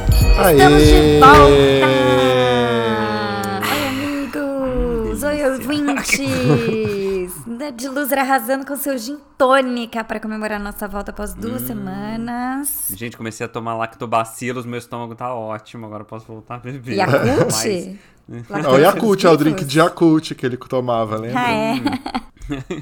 Estamos de volta! Oi, amigos! Oi, ouvintes! Né, De Luzra arrasando com seu gin tônica para comemorar nossa volta após Hum. duas semanas. Gente, comecei a tomar lactobacilos, meu estômago tá ótimo, agora eu posso voltar a beber. Yakut? Mas- É Lactose o Yakult, é o drink Hum, Plus. de Yakult que ele tomava, lembra? Ah, é.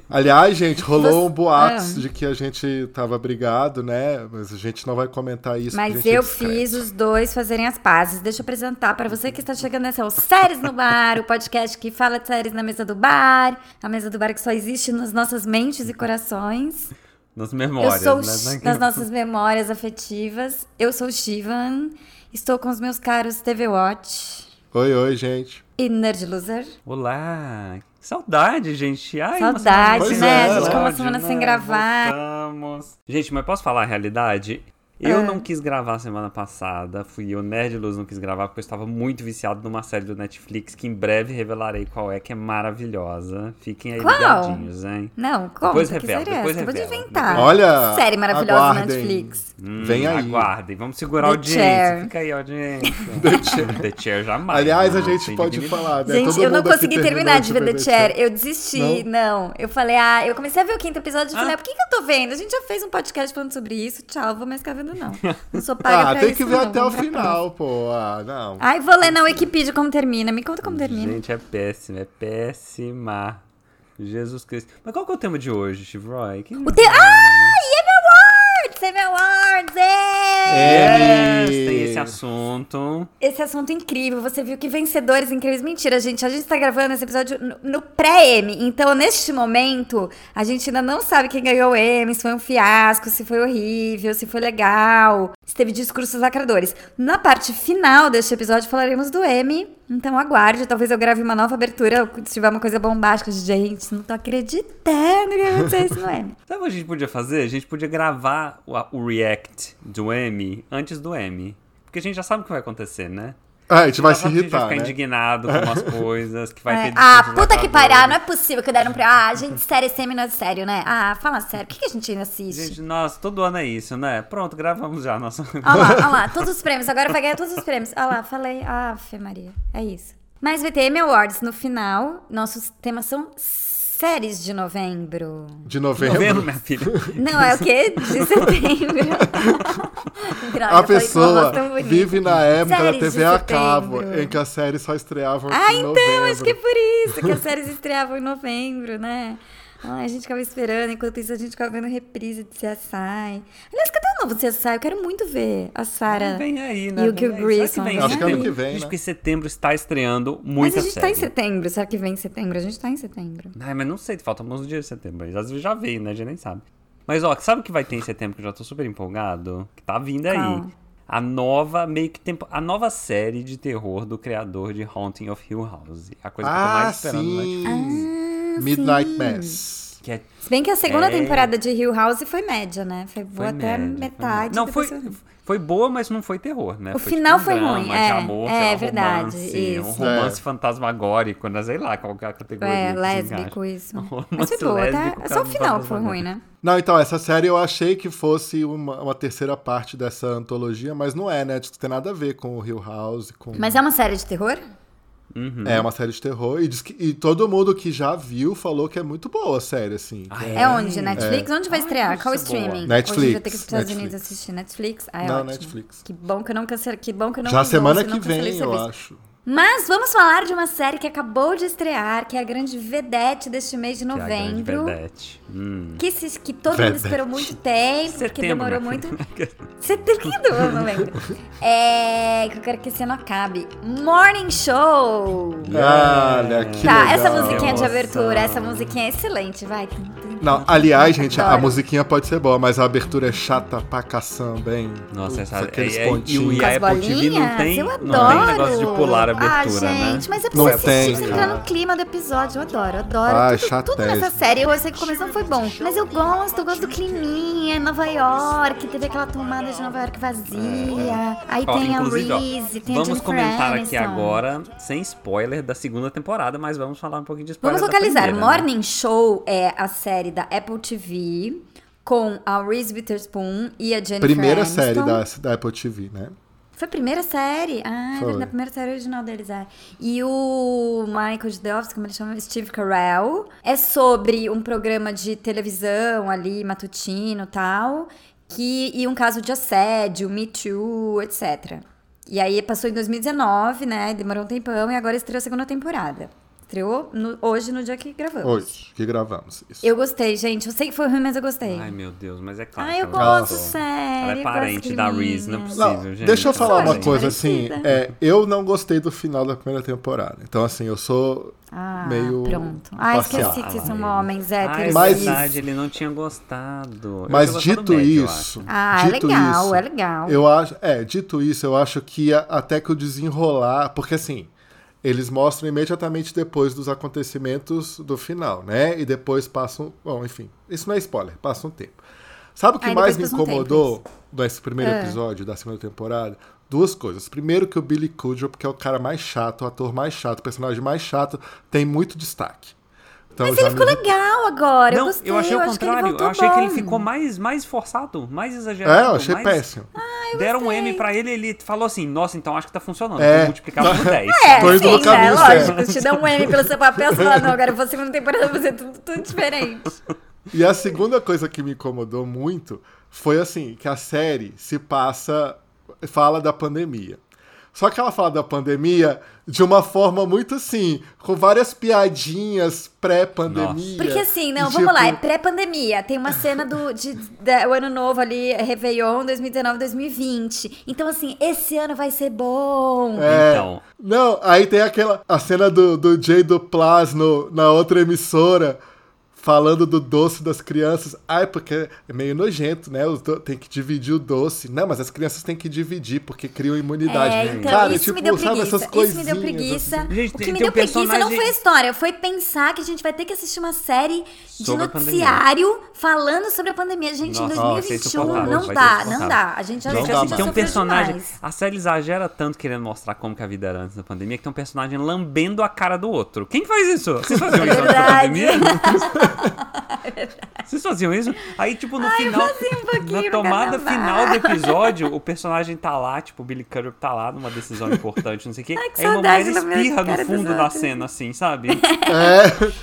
Aliás, gente, rolou um boato Ah. de que a gente tava brigado, né? Mas a gente não vai comentar isso. Mas porque a gente é eu discreto. fiz os dois fazerem as pazes. Deixa eu apresentar para você que está chegando nessa é o Séries no Bar, o podcast que fala de séries na mesa do bar, a mesa do bar que só existe nas nossas mentes e corações. Nas Eu memórias, sou o né? Sh- nas nossas memórias afetivas. Eu sou o Shivan. Estou com os meus caros TV Watch Oi, oi, gente. e Nerd Loser. Olá! Que Saudade, gente! Ai, uma Saudade, semana- né? Pois A gente ficou uma semana sem gravar. Voltamos. Gente, mas posso falar a realidade? Ah. Eu não quis gravar semana passada, fui eu, Nerd Luz, não quis gravar porque eu estava muito viciado numa série do Netflix que em breve revelarei qual é, que é maravilhosa. Fiquem aí Qual? ligadinhos, hein? Não, conta, Depois que revela, série é depois essa? Acabou de revela. inventar. Olha, Série maravilhosa na aguardem. Netflix. Hum, Vem aí. Aguardem, vamos segurar a The audiência. Chair. Fica aí, audiência. The Chair, jamais. Aliás, a não, gente sem pode dignidade. falar, né? Gente, Todo eu não mundo aqui consegui terminou terminar de ver The BBB. Chair. Eu desisti, não. Eu falei, ah, eu comecei a ver o quinto episódio e falei, ah, Ah. por que, que eu tô vendo? A gente já fez um podcast falando sobre isso. Tchau, vou mais ficar vendo, não. Não sou paga Ah, pra tem isso, que ver não. até o Vamos pra próxima. final, pô. Ah, não. Ai, vou ler na Wikipedia como termina. Me conta como termina. Gente, é péssima, é péssima. Jesus Cristo. Mas qual que é o tema de hoje, Chivroy? Que... O te... Ai, é Emmy Awards! Emmy Awards! ê! Yes, Emmy! tem esse assunto. é! Esse assunto incrível. Você viu que vencedores incríveis. Mentira, gente. A gente tá gravando esse episódio no, no pré-M. Então, neste momento, a gente ainda não sabe quem ganhou o M, se foi um fiasco, se foi horrível, se foi legal, se teve discursos lacradores. Na parte final deste episódio, falaremos do M. Então, aguarde. Talvez eu grave uma nova abertura se tiver uma coisa bombástica. Gente, não tô acreditando que aconteceu isso no M. Sabe o que a gente podia fazer? A gente podia gravar o, o react do M antes do M. Porque a gente já sabe o que vai acontecer, né? Ah, a gente vai se Já sabe que A irritar, gente vai ficar né? indignado com umas coisas, que vai É. ter... Ah, discurso puta que lacrador. pariu, não é possível que deram pra. Ah, gente, série semi não é sério, né? Ah, fala sério, por que, que a gente ainda assiste? Gente, nossa, todo ano é isso, né? Pronto, gravamos já a nossa... Tá Olha lá, olha lá, todos os prêmios, agora vai ganhar todos os prêmios. Olha lá, falei, ah, Fê Maria, é isso. Mas vai ter Emmy Awards no final, nossos temas são séries de novembro. De Tá vendo, novembro. minha filha? Não, é o quê? De setembro. A Droga, Ah, eu falei com uma voz pessoa tão bonita. vive na época Séries da de TV a cabo, setembro. em que as séries só estreavam Ah, em então, novembro. acho que é por isso que as séries estreavam em novembro, né? Ai, a gente ficava esperando, enquanto isso a gente ficava vendo reprise de CSI. Aliás, cadê o novo CSI? Eu quero muito ver a Sarah. Vem aí, né? E o Gil Vem aí. Grissom, Será vem né? em Acho que ano setembro? que vem, Gente, né? porque setembro está estreando muita Mas a gente série. tá em setembro, será que vem em setembro? A gente tá em setembro. Ai, mas não sei, faltam uns dias de setembro. mas Às vezes já veio, né? A gente nem sabe. Mas ó, sabe o que vai ter em setembro que eu já tô super empolgado? Que tá vindo aí. Qual? A nova, meio que tempo, a nova série de terror do criador de Haunting of Hill House. A coisa que eu tô Ah, mais esperando, né? sim. Ah, Midnight sim. Mass. Que é Se bem que a segunda É. temporada de Hill House foi média, né? Foi foi boa até média, metade. Foi média. não, depois foi, foi boa, mas não foi terror, né? O tipo final um foi drama, ruim, de é. É, amor, sei lá, verdade, romance, isso. Um É. romance fantasmagórico, né? sei lá qual que é a categoria. É, que se lésbico, encaixa. isso. Romance Mas foi boa, lésbico, tá? Só o final que foi fantasmagórico. ruim, né? Não, então, essa série eu achei que fosse uma, uma terceira parte dessa antologia, mas não é, né? Acho que tem nada a ver com o Hill House, com... Mas é uma série de terror? Uhum. É uma série de terror. E, diz que- e todo mundo que já viu falou que é muito boa a série, assim. Ah, É, onde? Netflix? Onde vai Ai, estrear? nossa, Qual boa. streaming? Netflix, Hoje eu vou ter que ir pros Estados Netflix. Unidos assistir Netflix. Ah, é Não, ótimo. Netflix. Que bom que eu não cancelei. Que bom que eu não já semana não que cancelei vem, o eu serviço. acho. Mas vamos falar de uma série que acabou de estrear, que é a grande vedete deste mês de Que é a grande novembro. vedete. Hum. Que, se, que todo mundo Verdade. esperou muito tempo, que Setembro, né? demorou minha muito. filha. Setembro, eu não lembro. É, que eu quero que esse ano acabe. Morning Show! Olha, que tá, legal. essa musiquinha de Nossa. abertura, essa musiquinha é excelente, vai. Não, aliás, gente, a Adoro. musiquinha pode ser boa, mas a abertura é chata pra caçamba, hein? Nossa, essa, Putz, aqueles é, é, e o pontinhos. Com as Apple TV bolinhas, não tem, eu não tem adoro. negócio de pular a abertura, ah, gente, né? mas é pra Não você assistir, tem, você cara. entrar no clima do episódio. Eu adoro, eu adoro. Ah, tudo, tudo chatésimo. nessa série. Eu sei que o começo não foi bom. Mas eu gosto, eu gosto do climinha, Nova York. Teve aquela tomada de Nova York vazia. Aí É. Ó, tem a inclusive, ó, Reese, tem a vamos Jennifer comentar aqui Aniston. agora, sem spoiler, da segunda temporada, mas vamos falar um pouquinho de spoiler Vamos da localizar. primeira, né? Morning Show é a série da Apple TV com a Reese Witherspoon e a Jennifer Primeira Aniston. série da, da Apple TV, né? Foi a primeira série? Ah, Foi. na primeira série original deles, é. E o Michael de The Office, como ele chama, Steve Carell, é sobre um programa de televisão ali, matutino e tal, que, e um caso de assédio, Me Too, etc. E aí passou em 2019, né? Demorou um tempão e agora estreou a segunda temporada. Estreou no- hoje, no dia que gravamos. Hoje, que gravamos isso. Eu gostei, gente. Eu sei que foi ruim, mas eu gostei. Ai, meu Deus, mas é claro. Ai, eu que ela gosto, gostou. sério. Ela é eu parente gosto da de Reese, não é mim. possível, Não, gente. deixa eu falar uma gente. coisa assim. Parecida. É, eu não gostei do final da primeira temporada. Então, assim, eu sou Ah, meio. pronto. Ah, parcial. esqueci que vocês Ah, são ele. homens héteros. Ah, é Mas- verdade, ele não tinha gostado. Eu Mas tinha gostado dito médio, eu isso. Ah, é dito legal, isso, é legal. Eu acho, é, dito isso, eu acho que a- até que o desenrolar, porque assim, eles mostram imediatamente depois dos acontecimentos do final, né? E depois passam, bom, enfim, isso não é spoiler, passa um tempo. Sabe o que Aí mais me depois passa um tempo, incomodou nesse primeiro Ah. episódio da segunda temporada? Duas coisas. Primeiro que o Billy Kudrow, que é o cara mais chato, o ator mais chato, o personagem mais chato, tem muito destaque. Então, Mas já ele me ficou irritou. legal agora. eu Não, gostei. eu achei o acho que ele contrário. voltou eu achei que ele bom. ficou mais, mais forçado, mais É, exagerado. eu achei mais... péssimo. Ah, Deram um M pra ele ele falou assim: Nossa, então acho que tá funcionando. É. Vou multiplicar por 10. É, Tô indo no sim, né? caminho certo. Lógico. Te dá um M pelo seu papel, você fala, não, agora você não tem para fazer tudo, tudo diferente. E a segunda coisa que me incomodou muito foi assim, que a série se passa fala da pandemia. Só que ela fala da pandemia de uma forma muito assim, com várias piadinhas pré-pandemia. Porque assim, não, E, vamos lá, é tipo, pré-pandemia. Tem uma cena do de, da- o ano novo ali, Réveillon 2019, 2020. Então, assim, esse ano vai ser bom. é. Então. Não, aí tem aquela a cena do, do Jay do Plas no- na outra emissora falando do doce das crianças. Ai, porque é meio nojento, né? Os do- tem que dividir o doce. Não, mas as crianças têm que dividir porque criam imunidade. É, então Cara, isso tipo, me deu sabe, preguiça. essas Isso me coisinhas, deu preguiça. assim. Gente, o que tem- me tem deu um preguiça não personagem- foi a história, foi pensar que a gente vai ter que assistir uma série de Sobre a pandemia. noticiário falando sobre a pandemia. Gente, Nossa, em isso é 2021 insuportável, não vai ser dá, insuportável. não dá. A gente já, Não Gente, já dá assim, mais. tem um sofreu personagem. demais. A série exagera tanto querendo mostrar como que a vida era antes da pandemia, que tem um personagem lambendo a cara do outro. Quem faz isso? Vocês faziam isso antes da É Verdade. É pandemia? Vocês faziam isso? Aí, tipo, no final. fazia um pouquinho na no tomada carnaval. final do episódio, o personagem tá lá, tipo, o Billy Curry tá lá numa decisão importante, não sei o quê. Ai, que aí uma mulher saudade da minha espirra cara no dos fundo da outros. cena, assim, sabe?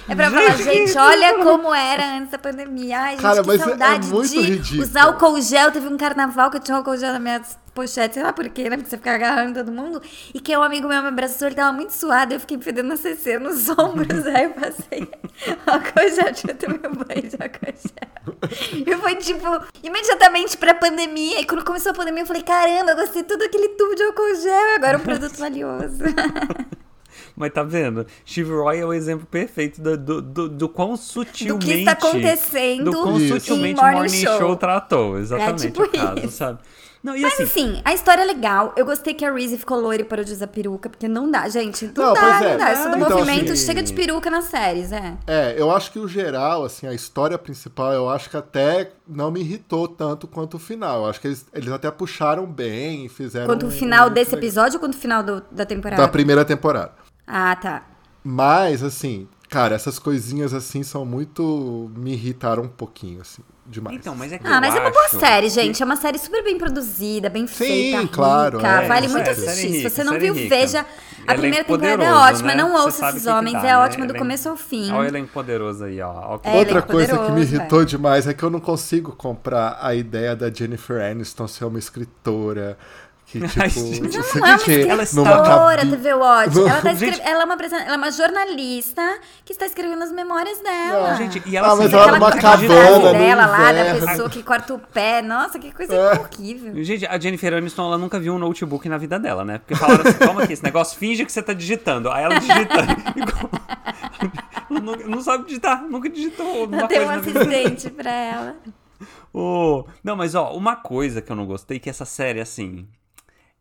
É pra falar, Gente, gente, olha como era antes da pandemia. Ai, gente, Cara, que mas é- é saudade muito de ridículo. usar álcool gel. Teve um carnaval que eu tinha álcool gel na minha pochete, sei lá por quê, né? Porque você fica agarrando todo mundo. E que um amigo meu me abraçou, ele tava muito suado, eu fiquei fedendo a CC nos ombros. aí eu passei álcool gel, tinha tomado banho de álcool gel. E foi, tipo, imediatamente pra pandemia. E quando começou a pandemia, eu falei, caramba, eu gostei tudo aquele tubo de álcool gel. Agora é um produto valioso. Mas tá vendo? Steve Roy é o exemplo perfeito do, do, do, do quão sutilmente. está acontecendo Do quão em sutilmente Morning Morning Show. Show, tratou. Exatamente tipo o caso, isso. sabe? Não, e Mas assim. enfim, a história é legal. Eu gostei que a Reese ficou loira e parou de usar peruca, porque não dá, gente. Não, Não, dá, pois é. não dá. Isso do Então, movimento assim- chega de peruca nas séries, é. É, eu acho que o geral, assim, a história principal, eu acho que até não me irritou tanto quanto o final. Eu acho que eles, eles até puxaram bem e fizeram. Quanto o um- final desse um- episódio ou quanto o final do- da temporada? Da primeira temporada. Ah, tá. Mas, assim, cara, essas coisinhas assim são muito. me irritaram um pouquinho, assim, demais. Então, mas é que Ah, eu mas é uma boa acho série, gente. É uma série super bem produzida, bem feita. rica. claro, é. vale É, muito série assistir. rica, Se você não série viu, rica. veja. A Elenco primeira temporada é poderoso, ótima. né? Não Você ouça sabe esses o que que homens. dá, é né? ótima do Elenco- começo ao fim. Olha o elenco poderoso aí, ó. Ó, que- É, ele Outra coisa que me poderoso, irritou demais é que eu não consigo comprar a ideia da Jennifer Aniston ser uma escritora. Que, tipo, Ai, gente. Mas não Ela é uma Ela está- escritora, um cabine- TV Watch. Ela, tá Gente- escre- ela, é uma apresen- ela é uma jornalista que está escrevendo as memórias dela. Gente, e Ah, ela se mas assim, ela numa frase cabana, né, né? no dela lá, da inverno. pessoa que corta o pé. Nossa, que coisa horrível. Gente, a Jennifer Aniston, ela nunca viu um notebook na vida dela, né? Porque falaram assim, toma aqui esse negócio, finge que você tá digitando. Aí ela digita. igual- Ela nunca- não sabe digitar, nunca digitou Ela uma tem coisa um na vida assistente pra ela. Ô, Não, mas ó, uma coisa que eu não gostei, é que essa série, assim,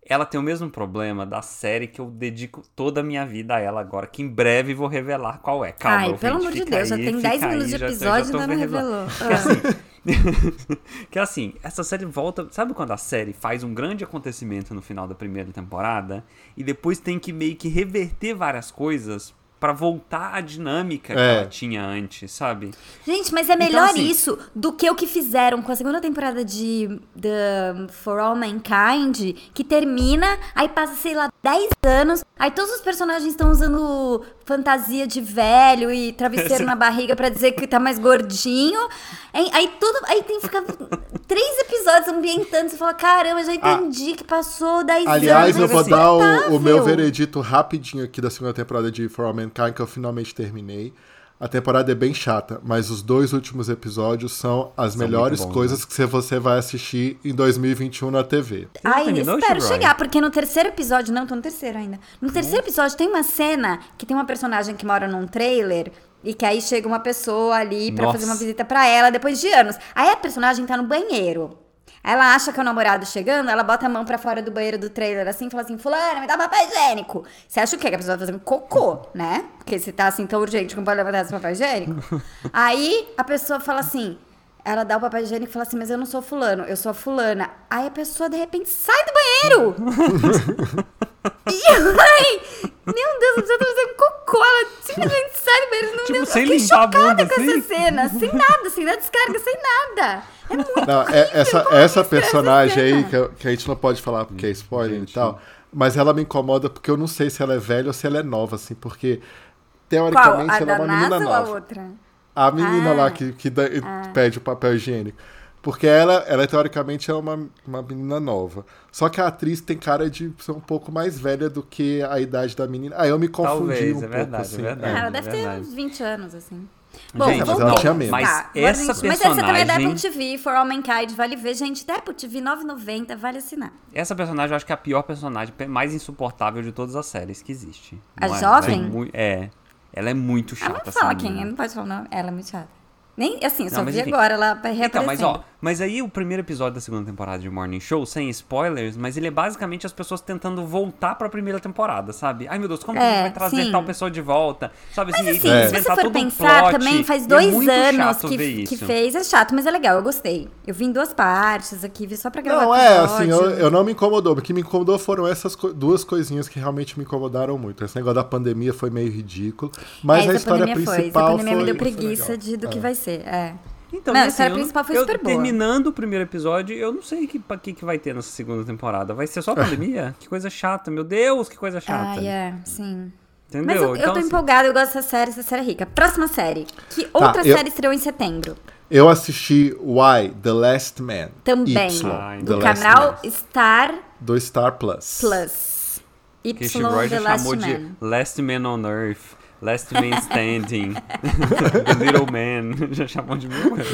ela tem o mesmo problema da série que eu dedico toda a minha vida a ela agora, que em breve vou revelar qual é. Calma, Ai, ouvinte, pelo amor de fica Deus, já aí, tem fica 10 aí, minutos de já- já episódio e tô ainda não revelando. revelou. que assim, essa série volta. Sabe quando a série faz um grande acontecimento no final da primeira temporada? E depois tem que meio que reverter várias coisas pra voltar à dinâmica que É. ela tinha antes, sabe? Gente, mas Então, é melhor assim- isso do que o que fizeram com a segunda temporada de The For All Mankind, que termina, aí passa, sei lá, 10 anos, aí todos os personagens estão usando fantasia de velho e travesseiro na barriga pra dizer que tá mais gordinho. Aí, aí tudo, aí tem que ficar três episódios ambientando, você fala, caramba, já entendi que passou 10 Ah, Aliás, anos. eu mas vou assim, dar o, o insuportável. meu veredito rapidinho aqui da segunda temporada de For All Mankind, que eu finalmente terminei. A temporada é bem chata, mas os dois últimos episódios são as melhores muito bons, né? coisas que você vai assistir em 2021 na TV. já Ai, terminou, espero Chibroy? chegar, porque no terceiro episódio, não, tô no terceiro ainda. No terceiro episódio tem uma cena que tem uma personagem que mora num trailer e que aí chega uma pessoa ali pra Nossa. fazer uma visita pra ela depois de anos. Aí a personagem tá no banheiro. Aí Ela acha que é o namorado chegando, ela bota a mão pra fora do banheiro do trailer assim e fala assim: Fulana, me dá papel higiênico. Você acha o quê? Que a pessoa tá fazendo cocô, né? Porque se tá assim tão urgente, não pode levantar esse papel higiênico. aí a pessoa fala assim: ela dá o papel higiênico e fala assim, mas eu não sou fulano, eu sou a fulana. Aí a pessoa, de repente, sai do banheiro! e ai, meu Deus, a pessoa tá fazendo cocô, ela simplesmente sai do banheiro. Não Tipo, deu, sem eu fiquei limpar a chocada bunda, com assim? essa cena, sem nada, sem dar descarga, sem nada. É muito Não, é- essa, essa personagem aí, que, eu- que a gente não pode falar porque é spoiler gente. e tal, mas ela me incomoda porque eu não sei se ela é velha ou se ela é nova, assim, porque teoricamente A ela é da uma menina NASA ou a nova. outra? A menina Ah. lá que, que dá- pede o papel higiênico. Porque ela, ela teoricamente, é uma, uma menina nova. Só que a atriz tem cara de ser um pouco mais velha do que a idade da menina. Aí eu me confundi Talvez, um é pouco, verdade, é assim. verdade. Ah, É ela deve ter verdade. uns 20 anos, assim. Gente, mas ela voltei. tinha menos. Mas agora essa a gente- Mas essa também é da personagem- Apple TV, For All Mankind, vale ver, gente. Da Apple TV, 9,90, vale assinar. Essa personagem eu acho que é a pior personagem, pe- mais insuportável de todas as séries que existe. A Não é? jovem? Ela é, mui- é. Ela é muito chata. Ela não essa fala quem é, menina. não pode falar o nome. Ela é muito chata. Nem, assim, eu só Não, mas vi enfim. agora ela reaparecendo. Então, mas ó, mas aí o primeiro episódio da segunda temporada de Morning Show, sem spoilers, mas ele é basicamente as pessoas tentando voltar pra primeira temporada, sabe? Ai meu Deus, como que a gente É, vai trazer sim. tal pessoa de volta? Sabe Mas aí assim, tem que é. se você inventar for todo um pensar, plot, também faz e é dois muito anos chato que, ver que isso. fez, é chato, mas é legal, eu gostei. Eu vi em duas partes aqui, vi só pra gravar Não, é, episódio. assim, eu, eu não me incomodou. O que me incomodou foram essas co- duas coisinhas que realmente me incomodaram muito. Esse negócio da pandemia foi meio ridículo. Mas é, a essa história pandemia foi, essa principal pandemia me deu foi- foi preguiça legal. de, do que É. vai ser, é. Então, Não, e a história eu não- principal foi eu, super boa. Terminando o primeiro episódio, eu não sei que, pra que, que vai ter nessa segunda temporada. Vai ser só pandemia? que coisa chata, meu Deus, que coisa chata. Ai, é, sim. Entendeu? Mas eu, eu Então, tô assim, empolgada, eu gosto dessa série, essa série é rica. Próxima série, que outra Tá, eu- série estreou em setembro. Eu assisti Why, The Last Man. Também, Y, Ai, do The Last canal Man, Star do Star Plus. Plus. Y que Steve Rogers The Last chamou Man. de Last Man on Earth, Last Man Standing, The Little Man, já chamou de mil coisas.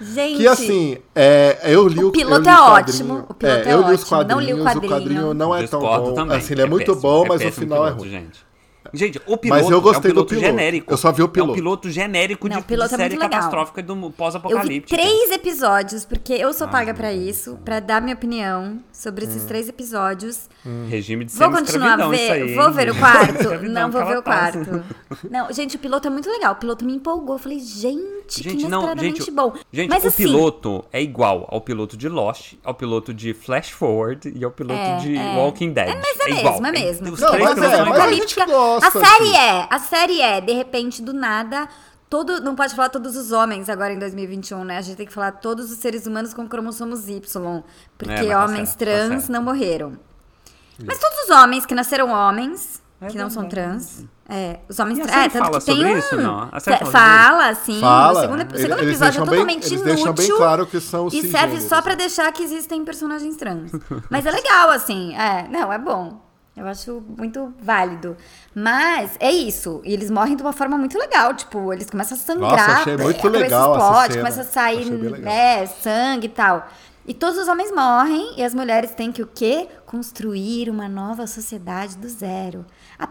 Gente, Que assim, é, eu li O o piloto eu li é o ótimo, quadrinho. o piloto é eu li os ótimo, não quadrinhos, li o o quadrinho. quadrinho não é tão Discordo bom. também. Assim, ele é, muito péssimo, bom, mas o péssimo final é piloto, ruim. Gente. Gente, o piloto eu gostei é um do piloto piloto. genérico. Eu só vi o É um piloto. piloto genérico Não, de, o piloto de é série muito legal. catastrófica do eu vi pós-apocalíptica. três episódios, porque eu sou paga Ah, meu pra Deus Hum. isso, pra dar minha opinião sobre esses três episódios. Regime de Vou continuar a semi-escravidão ver, é um isso aí. vou hein, ver o gente? quarto. Escravidão não vou que ver ela o tá. quarto. Não, gente, o piloto é muito legal. O piloto me empolgou. Eu falei, gente, que Gente, não, inesperadamente gente, bom. gente Mas o assim, piloto é igual ao piloto de Lost, ao piloto de Flash Forward e ao piloto É, de é. Walking Dead. É, mas é, igual. mesmo, é mesmo. Os Não, três mas pilotos é, são mas a iguais. gente gosta assim. A série disso. é, a série é, de repente, do nada, todo, não pode falar todos os homens agora em 2021, né? A gente tem que falar todos os seres humanos com cromossomos Y, É, porque mas tá homens certo, tá trans certo. não morreram. Mas todos os homens que nasceram homens, É que não são verdade. trans, é, os homens E a trans, série é, tanto fala que tem sobre um... isso, não? A série Fa- fala sobre Fala, sim, Fala. o segundo, o Eles- segundo eles episódio é deixam bem- totalmente eles inútil deixam bem claro que são e serve cisgêneros, só pra né? deixar que existem personagens trans. Mas é legal, assim. É, não, é bom. Eu acho muito válido. Mas é isso. E eles morrem de uma forma muito legal. Tipo, eles começam a sangrar. é, Nossa, achei muito começa legal essa explode, cena. Começa a Achei sair bem legal. né, sangue e tal. E todos os homens morrem. E as mulheres têm que o quê? Construir uma nova sociedade do zero.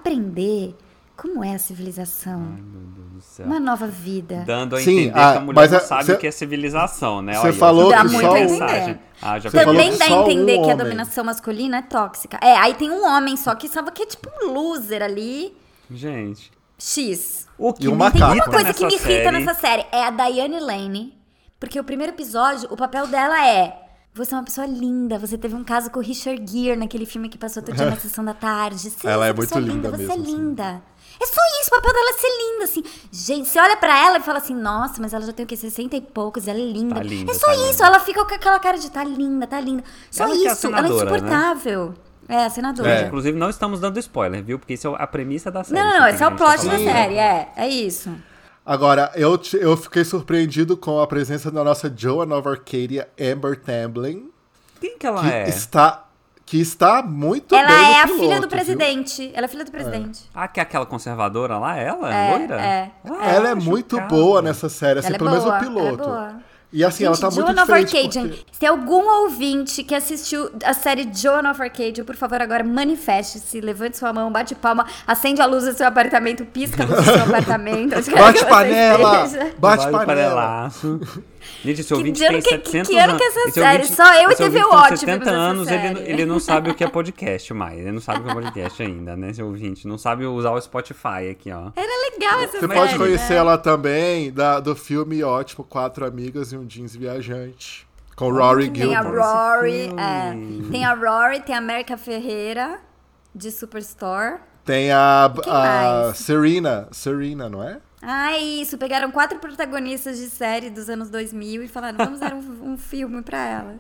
Aprender como é a civilização. Meu Deus do céu. Uma nova vida. Dando a Sim, entender ah, que a mulher mas não a- sabe cê- o que é civilização, né? cê Olha aí, falou essa que foi só a o- mensagem. Ah, já Você Também falou dá a só um entender que a homem. dominação masculina é tóxica. É, aí tem um homem só que sabe que é tipo um loser ali. Gente, X. o que E um me macaco, Tem irrita uma coisa nessa que me irrita é série- nessa série. É a Diane Lane. Porque o primeiro episódio, o papel dela é Você é uma pessoa linda. Você teve um caso com o Richard Gere naquele filme que passou todo dia na sessão da tarde. Sim, Ela é você uma muito pessoa linda Você mesmo, é assim. linda. É só isso, o papel dela é ser linda, assim. Gente, você olha pra ela e fala assim, nossa, mas ela já tem o quê? 60 e poucos, ela é linda. Tá linda, é só tá isso, linda. ela fica com aquela cara de tá linda, tá linda. Só Ela que é a isso, ela é senadora, né? insuportável. É, a senadora. É. Inclusive, não estamos dando spoiler, viu? Porque isso é a premissa da série. Não, não, não, esse é o simplesmente plot tá da falando. série, é. É isso. Agora, eu, te- eu fiquei surpreendido com a presença da nossa Joan of Arcadia, Amber Tamblyn, Quem que ela que, é? está, que está muito Ela bem no é a piloto, filha do viu? presidente. Ela é filha do presidente. Ah, que é aquela conservadora lá? Ela? É, loira? é. Ah, Ela é chocado. muito boa nessa série, assim, Ela é pelo menos boa, o ela é piloto. boa. E assim, ela tá Gente, muito Joan of diferente Arcadian. porque- Se tem algum ouvinte que assistiu a série Joan of Arcadian, por favor, agora manifeste-se, levante sua mão, bate palma, acende a luz do seu apartamento, pisca a luz do seu apartamento. onde quer que Bate você panela! esteja. Bate Vale o panela! panelaço. Gente, esse Que ouvinte ano tem que- que- 700 que ano anos. que é essa Esse série? ouvinte- Só eu e esse TV ouvinte Watch com vimos 70 essa anos, ele, série. ele não sabe o que é podcast mais. Ele não sabe o que é podcast ainda, né, esse ouvinte? Não sabe usar o Spotify aqui, ó. Era legal essa Você série. pode conhecer né? ela também da- do filme ótimo Quatro Amigas e um Jeans Viajante. Com Rory Tem a Gilmore. Ro- Rory, filme. é, tem a Rory, tem a América Ferreira de Superstore. Tem a, quem a mais? Serena. Serena, não é? Ah, isso. Pegaram quatro protagonistas de série dos anos 2000 e falaram, vamos dar um, um filme pra elas.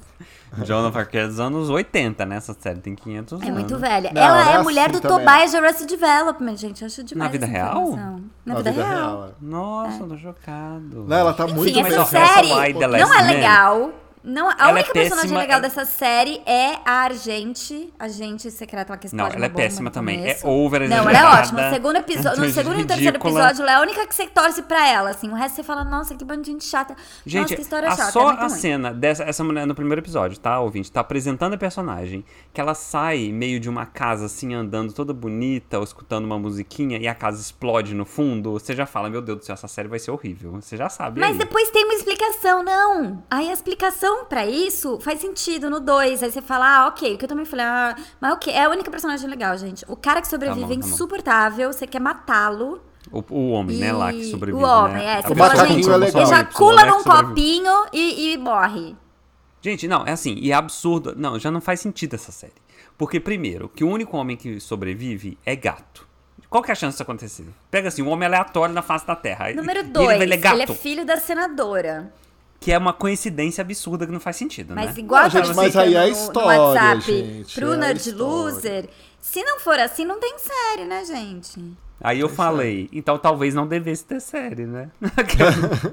Jonathan Parker dos anos 80, né? Essa série tem 500 anos. É muito velha. Não, ela não é é a mulher assim do também, Tobias de Arrested Development, gente. Eu Acho demais. Na vida essa real? informação. Na, vida, real. é. É. Nossa, tô chocado. Não, ela tá muito Enfim, mas, essa ó, série essa Why the não Last é Man? legal. Não, a assim Ela é única personagem péssima, legal ela- dessa série é a Argente, agente secreta lá que explode Não, ela uma é bomba péssima no também. É começo. over Não, ela é ótima. No segundo, episo- no segundo e terceiro episódio, ela é a única que você torce pra ela, assim. O resto você fala, nossa, que bando de gente chata. Gente, nossa, que história a- chata. é só muito a ruim. cena dessa essa mulher no primeiro episódio, tá, ouvinte? Tá apresentando a personagem, que ela sai meio de uma casa assim, andando toda bonita, ou escutando uma musiquinha, e a casa explode no fundo. Você já fala, meu Deus do céu, essa série vai ser horrível. Você já sabe. Mas aí. depois tem uma explicação, não. Aí a explicação pra isso faz sentido no 2. Aí você fala, ah, ok. O que eu também falei, ah, mas ok. É a única personagem legal, gente. O cara que sobrevive Tá bom, é tá bom. insuportável, você quer matá-lo. O, o homem, né, lá que E sobrevive. O homem, né? é. A Você pessoa fala, que gente, é legal. ejacula Y, né, num que sobrevive. copinho e, e morre. Gente, não, é assim, e é absurdo. Não, já não faz sentido essa série. Porque, primeiro, que o único homem que sobrevive é gato. Qual que é a chance disso acontecer? Pega assim, um homem aleatório na face da Terra. E- e Número ele- 2, ele, Ele é gato. é filho da senadora. Que é uma coincidência absurda que não faz sentido, né? Mas igual Não, a gente, gente, mas aí é a história, no WhatsApp, gente, pro é a Nerd história. Loser, se não for assim, não tem série, né, gente? Aí eu falei, então talvez não devesse ter série, né?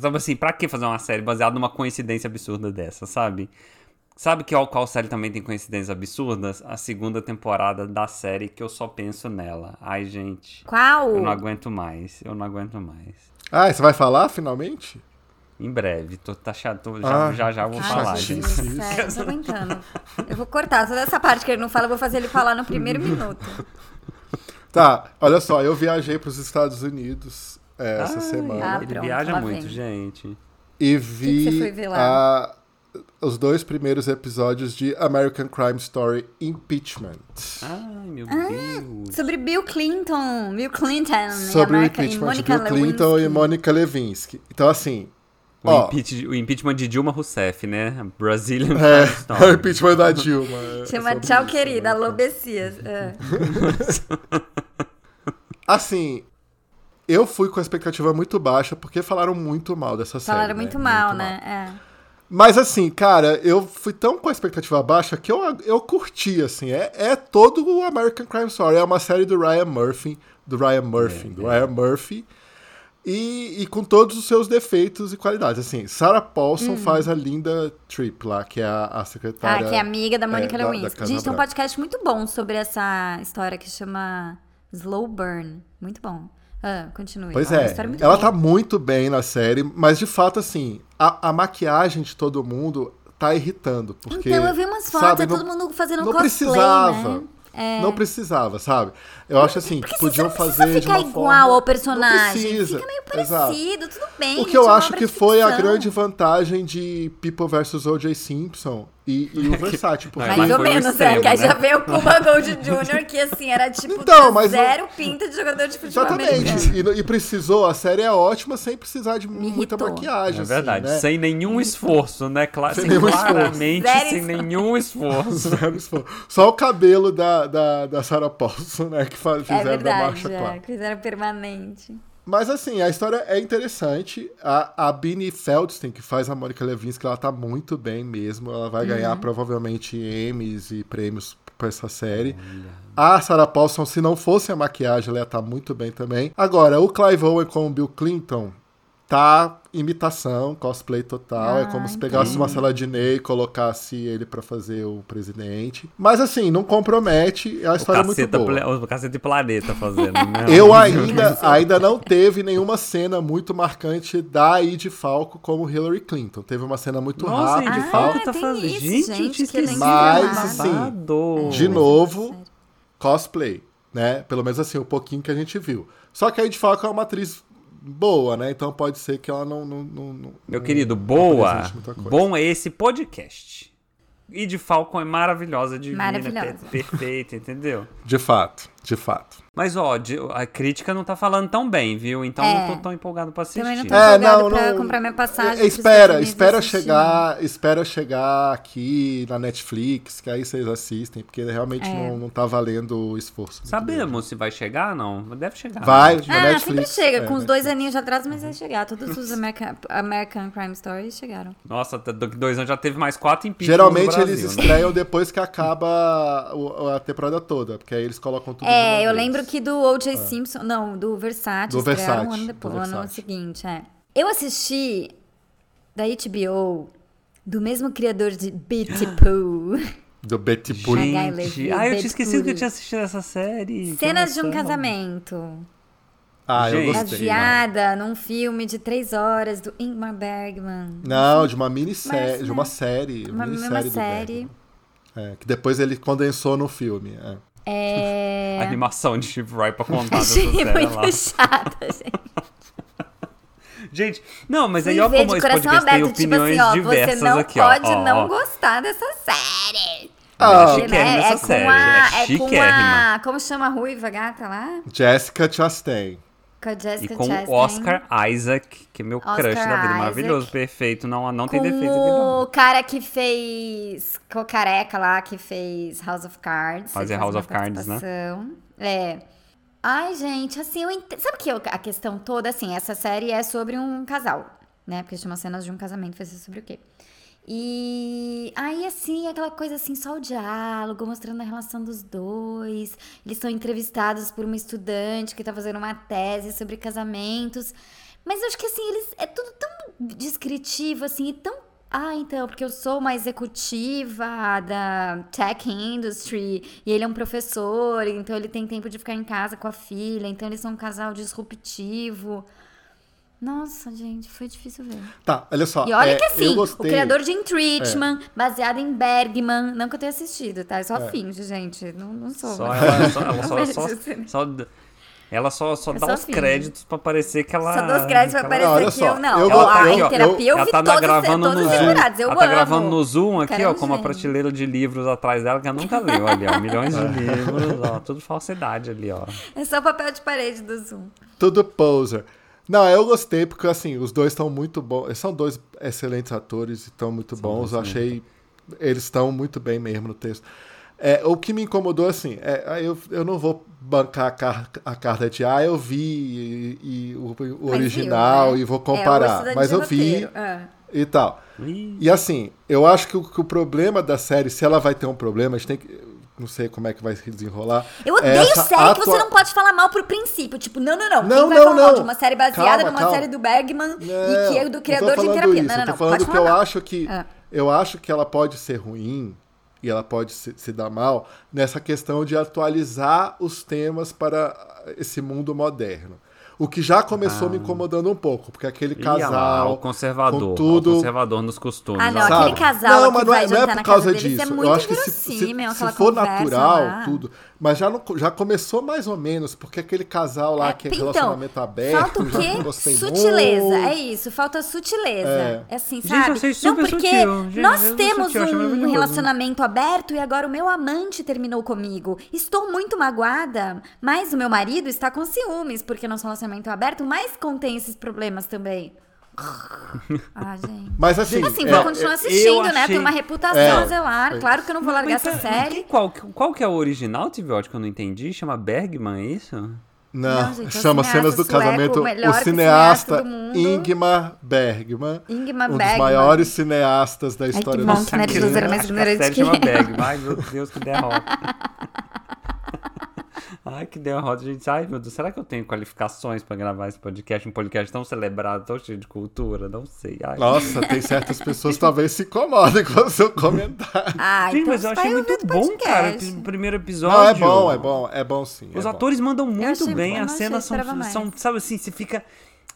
sabe assim, pra que fazer uma série baseada numa coincidência absurda dessa, sabe? Sabe que ao qual série também tem coincidências absurdas? A segunda temporada da série que eu só penso nela. Ai, gente. Qual? Eu não aguento mais, eu não aguento mais. Ah, e você vai falar finalmente? Em breve, tô, tá chato, tô- já, Ah, já já eu vou que falar, chato. gente. Deus, sério, não tô aguentando. Eu vou cortar toda essa parte que ele não fala, eu vou fazer ele falar no primeiro minuto. Tá, olha só, eu viajei pros Estados Unidos é, essa Ai, semana Ah, ele pronto, viaja lá muito, vem. gente. e que vi você foi ver lá? a- os dois primeiros episódios de American Crime Story Impeachment. Ah, Ai, meu Deus. Sobre Bill Clinton, Bill Clinton sobre e o a impeachment de Mônica Bill Clinton Lewinsky. e Mônica Lewinsky. Então, assim, O, Ó. impeach- o impeachment de Dilma Rousseff, né? Brazilian é, Crime Story. o impeachment da Dilma. é Chama sobre Tchau isso, Querida, né? Alô Bessias. É. Assim, eu fui com a expectativa muito baixa, porque falaram muito mal dessa série. Falaram muito né? mal, né? Mas assim, cara, eu fui tão com a expectativa baixa que eu, eu curti, assim. É, é todo o American Crime Story. É uma série do Ryan Murphy. Do Ryan Murphy. do Ryan Murphy. E, e com todos os seus defeitos e qualidades. Assim, Sarah Paulson faz a linda Trip lá, que é a, a É. Hum. Ah, secretária. que é amiga da Mônica é, da- da Lewinsky. Casa Gente, tem um Branca. podcast muito bom sobre essa história que chama Slow Burn. Muito bom. Ah, continue. Pois uma é, história muito ela boa. tá muito bem na série, mas de fato, assim, a, a maquiagem de todo mundo tá irritando. Porque, Então, eu vi umas fotos, sabe, é não- todo mundo fazendo não cosplay, precisava. né? É. Não precisava, sabe? Eu acho assim, que podiam você não precisa fazer de ficar uma igual forma... ao personagem. Não precisa. Fica meio Exato. parecido, tudo bem. O gente, que eu é uma acho obra que de foi a ficção. grande vantagem de People vs. O.J. Simpson e, e É o Versátil. Porque... Mais ou foi um menos, extremo, é. Que aí né? já veio o Cuba Gold Jr., que assim, era tipo Então, mas eu- zero pinta de jogador de futebol americano. Exatamente. E, no- e precisou, a série é ótima sem precisar de muita irritou. maquiagem. É assim, verdade, né? sem nenhum esforço, né? Cla Sem sem nenhum esforço. claramente Zero sem esforço. nenhum esforço. Zero esforço. Só o cabelo da, da, da Sarah Paulson, né? Que fa- É fizeram da verdade, marcha é, clara. fizeram permanente. Mas assim, a história é interessante. A, a Bini Feldstein, que faz a Mônica Levinsky, ela tá muito bem mesmo. Ela vai ganhar provavelmente Emmys e prêmios pra essa série. A Sarah Paulson, se não fosse a maquiagem, ela ia estar muito bem também. Agora, o Clive Owen com o Bill Clinton tá imitação, cosplay total. é Ah, como se pegasse uma sala de Ney e colocasse ele pra fazer o presidente. Mas assim, não compromete. É uma O história muito caceta, boa. pla- o caceta e planeta fazendo, né? Eu ainda, ainda não teve nenhuma cena muito marcante da Id Falco como Hillary Clinton. Teve uma cena muito Nossa, rápida de e Ah, fato tal. tá tem fazendo. isso, Gente, gente, que esqueci. elenco Mas, babado. assim, De novo, cosplay, né? Pelo menos assim, o pouquinho que a gente viu. Só que a Id Falco é uma atriz boa, né? Então pode ser que ela não. não, não, não- não- Meu querido, Hum, não boa. apresente muita coisa. Bom é esse podcast. E de Falcon é maravilhosa, divina, Maravilhosa. per- perfeita, entendeu? De fato, de fato. Mas, ó, de- a crítica não tá falando tão bem, viu? Então É. não tô tão empolgado pra assistir. Também não tô- É, empolgada não, pra não. comprar minha passagem É, pros Estados Espera, Unidos espera assistir. chegar, espera chegar aqui na Netflix, que aí vocês assistem, porque realmente não, não tá valendo o esforço. muito grande. Sabemos se vai chegar não. Deve chegar. Vai, né? na Ah, Netflix. sempre chega, É, com Netflix. os Uhum. dois aninhos de atraso, mas vai chegar. Todos os American, American Crime Stories chegaram. Nossa, tá- daqui dois anos já teve mais quatro impeachments Geralmente no Brasil, eles né? estreiam depois que acaba o- a temporada toda, porque aí eles colocam tudo. de uma É, eu vez. lembro que do O.J. Ah. Simpson, não, do Versace, Do estrearam um Versace, do ano depois, no ano Versace. seguinte, é. Eu assisti da HBO, do mesmo criador de Beatipoo, Do Betty Boop. Shagai Gente, Levy, ah, eu Deadpool. tinha esquecido que eu tinha assistido essa série. que Cenas de um emoção. casamento, Ah, eu Gente. gostei. baseada num filme de três horas do Ingmar Bergman. Não, de uma minissérie, Mas, de né, uma série. Uma minissérie mesma do série. Bergman. É, que depois ele condensou no filme. é. É... A Animação de Steve Roy pra contar dessa Achei série lá. muito chata, gente. Gente, não, mas aí Fui ó ver como de esse coração podcast tem aberto, tipo opiniões assim, ó, você diversas não aqui, ó. pode ó, não ó. gostar dessa série. Ah, Chique. Chiquérrima Né? essa é com série, a, é é com chiquérrima. a, como chama a ruiva gata lá? Jessica Chastain. Com a E Jessica com Chastain. o Oscar Isaac, que é meu Oscar crush da vida, Isaac. maravilhoso, perfeito, não, não tem defeito aqui Com não. o cara que fez, com o careca lá, que fez House of Cards. Fazia ele faz House uma of Cards, né? participação. É. Ai, gente, assim, eu ent... sabe que eu- a questão toda, assim, essa série é sobre um casal, né? Porque chama cenas de um casamento, vai ser sobre o quê? E aí, assim, aquela coisa assim, só o diálogo, mostrando a relação dos dois. Eles são entrevistados por uma estudante que tá fazendo uma tese sobre casamentos. Mas eu acho que assim, eles. É tudo tão descritivo, assim, e tão. Ah, então, porque eu sou uma executiva da tech industry e ele é um professor, então ele tem tempo de ficar em casa com a filha, então eles são um casal disruptivo. Nossa, gente, foi difícil ver. Tá, olha só. E olha é, que assim, eu o gostei. criador de Intrichman, baseado em Bergman, não que eu tenha assistido, tá? Eu só É. finge, gente, não, não sou. Só mas- ela, só, ela só, Não só, vejo esse- só- ela só, só Eu dá só os finjo. créditos pra parecer que ela... Só dou os créditos pra que aparecer ela- olha aqui. só, eu não. eu Ó, tá vou- a eu- em terapia eu, ela vi tá todas, todas gravando no as Zoom. temporadas. Eu ela amo. um tá gravando no Zoom aqui, Cara, ó, com uma gente. prateleira de livros atrás dela que ela nunca leu ali, ó. Milhões de livros, ó. Tudo falsidade ali, ó. É só papel de parede do Zoom. Tudo poser. Não, eu gostei porque assim, os dois estão muito bons. São dois excelentes atores e estão muito bons. Eu achei eles estão muito bem mesmo no texto. É, o que me incomodou assim, é, aí eu, eu não vou bancar a, car a carta de ah, eu vi e, e o, o Mas original viu, né? e vou É, o comparar, estudante mas de eu vi roteiro, ah. e tal. Ih, E assim, eu acho que o, que o problema da série, se ela vai ter um problema, a gente tem que não sei como é que vai se desenrolar. Eu é odeio essa série que atua- você não pode falar mal pro princípio. Tipo, não, não, não. Não, Quem vai não, falar mal não. de uma série baseada Calma, numa calma. série do Bergman e que é do não criador tô de falando terapia. isso, não, não, eu tô não. falando Pode que falar eu mal. acho que Ah. eu acho que ela pode ser ruim e ela pode se, se dar mal nessa questão de atualizar os temas para esse mundo moderno. O que já começou me incomodando um pouco, porque aquele Ah. Ih, olha lá, casal. o conservador. com tudo. O conservador nos costumes. Ah, não, olha lá. aquele casal Não, que mas não vai é, não é jantar por na causa casa deles disso. é Eu muito acho que se, se, inverossímil, se aquela for conversa né? natural, lá. tudo. Mas já, não, já começou mais ou menos, porque aquele casal lá que é então, relacionamento aberto, Falta o já não quê? gostei Sutileza. muito. É isso, falta sutileza. É, assim, Gente, sabe? eu achei não, super porque sutil. Gente, nós eu não temos sutil, eu achei um maravilhoso. relacionamento aberto e agora o meu amante terminou comigo. Estou muito magoada, mas o meu marido está com ciúmes, porque nosso relacionamento é aberto mais contém esses problemas também. ah, gente. Mas assim, Assim, é, vou continuar eu assistindo, né? Tem achei- uma reputação É. a zelar. Claro que eu não vou largar essa Mas, então, e série. Qual, que- qual que é o original antibiótico? Eu não entendi. Chama Bergman, é isso? Não, Não, gente, é o chama Cenas do cineasta sueco, Casamento o melhor o cineasta cineasta do mundo. Ingmar Bergman, Ingmar um dos Bergman. maiores cineastas da história bom do que Nerd cinema. Loser é mais Acho que ignorante a série que chama eu. Bergman. Ai, meu Deus, que derrota. Ai, que derrota, gente. Ai, meu Deus, será que eu tenho qualificações pra gravar esse podcast? Um podcast tão celebrado, tão cheio de cultura? Não sei. Ai. Nossa, tem certas pessoas que talvez se incomodem com o seu comentário. Ah, Gente, então mas eu vai achei muito ouvindo bom, cara, podcast. o primeiro episódio. Não, é bom, é bom, é bom sim. Os é bom. atores mandam muito achei bem, bom, as achei, cenas esperava são, mais. são, sabe assim, você fica...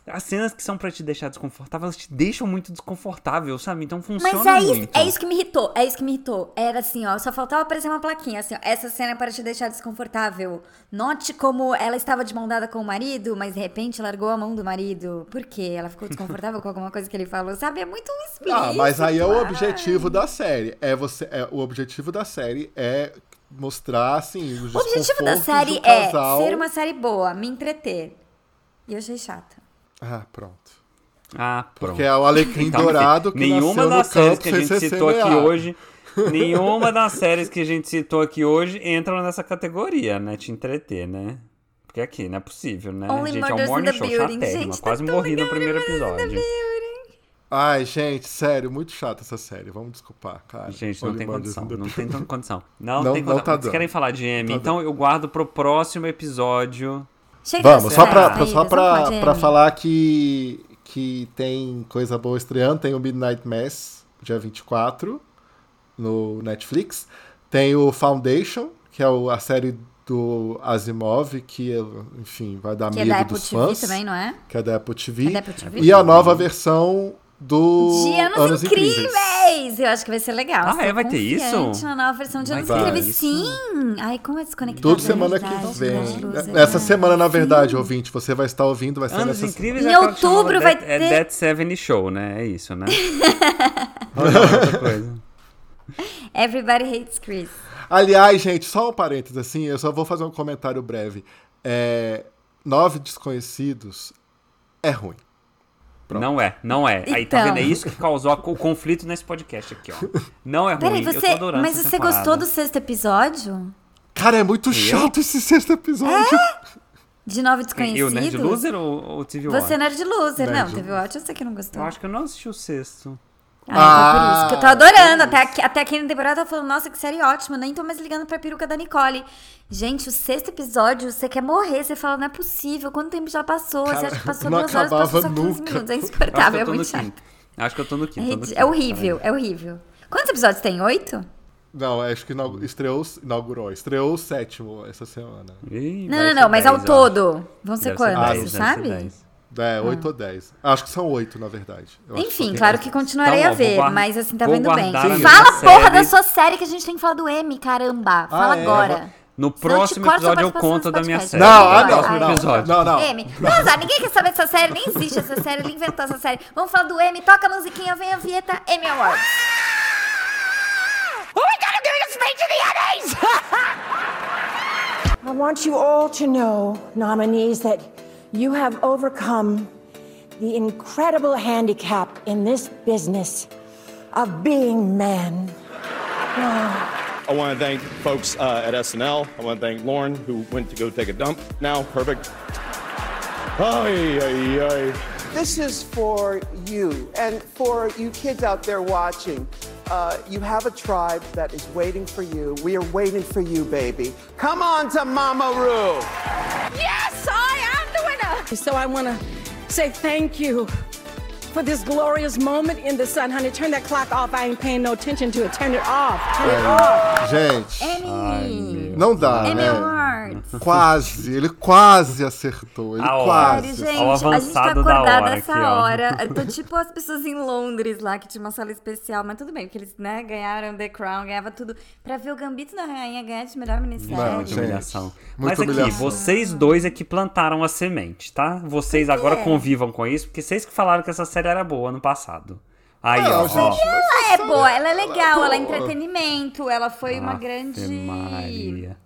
As cenas que são pra te deixar desconfortável, elas te deixam muito desconfortável, sabe? Então funciona Mas é isso, muito. é isso que me irritou, é isso que me irritou. Era assim, ó, só faltava aparecer uma plaquinha, assim, ó, essa cena é para te deixar desconfortável. Note como ela estava de mão dada com o marido, mas de repente largou a mão do marido. Por quê? Ela ficou desconfortável com alguma coisa que ele falou, sabe? É muito explícito. Ah, mas aí é o ai. objetivo da série. É você, é, o objetivo da série é mostrar assim os O objetivo da desconfortos série de um é casal. ser uma série boa, me entreter. E eu achei chata. Ah, pronto. Ah, pronto. Porque é o alecrim Então, enfim, dourado que nenhuma nasceu das no séries campo que a sem gente ser citou aqui semeado. hoje, nenhuma das séries que a gente citou aqui hoje entram nessa categoria, né? Te entreter, né? Porque aqui não é possível, né? Only gente, é um Murders in morning the show Building, chatérrima. gente, tá Quase tão morri legal, no primeiro episódio. Ai, gente, sério, muito chata essa série. Vamos desculpar, cara. Gente, não Olha, tem mano, condição. ainda- Não tem tão- condição. Não, Não- tem não condição. tá Vocês dando. querem falar de Amy? Tá então eu guardo pro próximo episódio. Chega Vamos, dessas só séries pra, saídas, só vamos pra, de pra Amy. falar que, que tem coisa boa estreando, tem o Midnight Mass, dia 24, no Netflix. Tem o Foundation, que é o- a série do Asimov, que, enfim, vai dar Que é medo da Apple dos TV fãs. também, não é? Que é da Apple TV. É da Apple TV? E a nova versão do De Anos, incríveis. Eu acho que vai ser legal. Ah, Estou é? Vai ter isso? confiante na nova versão de Vai Anos ter Incríveis, isso? sim. Ai, como é desconectado. Tudo semana que vem. Né, Nessa né? semana, na verdade, ouvinte, você vai estar ouvindo, vai ser Anos nessa Incríveis Em é aquela que chamava outubro vai Dead- É ter- Dead Seven Show, né? É isso, né? Ou não, é outra coisa. Everybody Hates Chris. Aliás, gente, só um parênteses assim, eu só vou fazer um comentário breve. É, Nove Desconhecidos é ruim. Não é, não é. Aí tá Então. vendo? É isso que causou a co- o conflito nesse podcast aqui, ó. Não é ruim, Peraí, eu tô você... adorando mas essa você temporada. gostou do sexto episódio? Cara, é muito chato esse sexto episódio. É? De Nove Quem, Eu, Nerd Desconhecidos? Loser ou, ou TV Watch? Você é Nerd Loser. Nerd não, Loser. teve ótimo, eu sei que não gostou. Eu acho que eu não assisti o sexto. Ah, então por isso que eu tô Ah, por adorando. Até isso. aqui, até aqui na temporada eu tô falando, nossa, que série ótima. Nem tô mais ligando pra peruca da Nicole. Gente, o sexto episódio, você quer morrer. Você fala, não é possível. Quanto tempo já passou? você Cara, acha que passou não duas horas, acabava passou só 15 nunca. minutos. É Eu acho que insuportável, eu é tô no muito chato. quinto. Acho que eu tô no É, quinto. tô no ridi- quinto, é horrível, é horrível. Quantos episódios tem? Oito? Não, é, acho que inau- estreou, inaugurou, estreou o sétimo essa semana. peraí. Ih, Não, vai não, ser não, mas ao dez, eu acho. todo. Vão ser Deve quantos, dez, deve você ser sabe? dez. É, oito ou dez. Acho que são oito, na verdade. Eu acho Ah. Enfim, são claro dez. que continuarei Então, ó, a ver, vou guar- mas assim, tá vou vendo bem. guardar a minha Fala a porra série. Ah, da sua série que a gente tem que falar do M, caramba. Fala é, agora. No Senão eu te próximo corto sua episódio eu participação conto nesse da minha podcast. série. Não, ah, No não, É, próximo não, episódio. não, não. M. Não, Zá, ninguém quer saber dessa série, nem existe essa série, ele inventou essa série. Vamos falar do M, toca a musiquinha, vem a vinheta, M Awards. I want you all to know, nominees, that you have overcome the incredible handicap in this business of being men. I want to thank folks uh, at SNL. I want to thank Lauren, who went to go take a dump now. Perfect. Ay, ay, ay. This is for you and for you kids out there watching. Uh, you have a tribe that is waiting for you. We are waiting for you, baby. Come on to Mama Roo. Yes, I am the winner! So I want to say thank you for this glorious moment in the sun, honey. Turn that clock off. I ain't paying no É, attention to it. Turn it off. Turn it off. É, Gente, M. não dá, M né? Awards. Awards. Quase, ele quase acertou. Ele A hora. quase. Sério, Sério, gente, Ao a gente tá avançado da acordada hora essa aqui, ó. hora. Eu tô tipo as pessoas em Londres lá, que tinha uma sala especial, mas tudo bem, porque eles, né, ganharam The Crown, ganhava tudo. Pra ver o Gambito da Rainha ganhar de melhor Não, minissérie. Muita gente. humilhação. Muita Mas aqui, humilhação. vocês dois é que plantaram a semente, tá? Vocês agora convivam com isso, porque vocês que falaram que essa série era boa no passado. Aí, Ah, ó, gente, ó. Ela é boa, ela é legal, ela é Pô. entretenimento, ela foi uma Ave grande. Maria.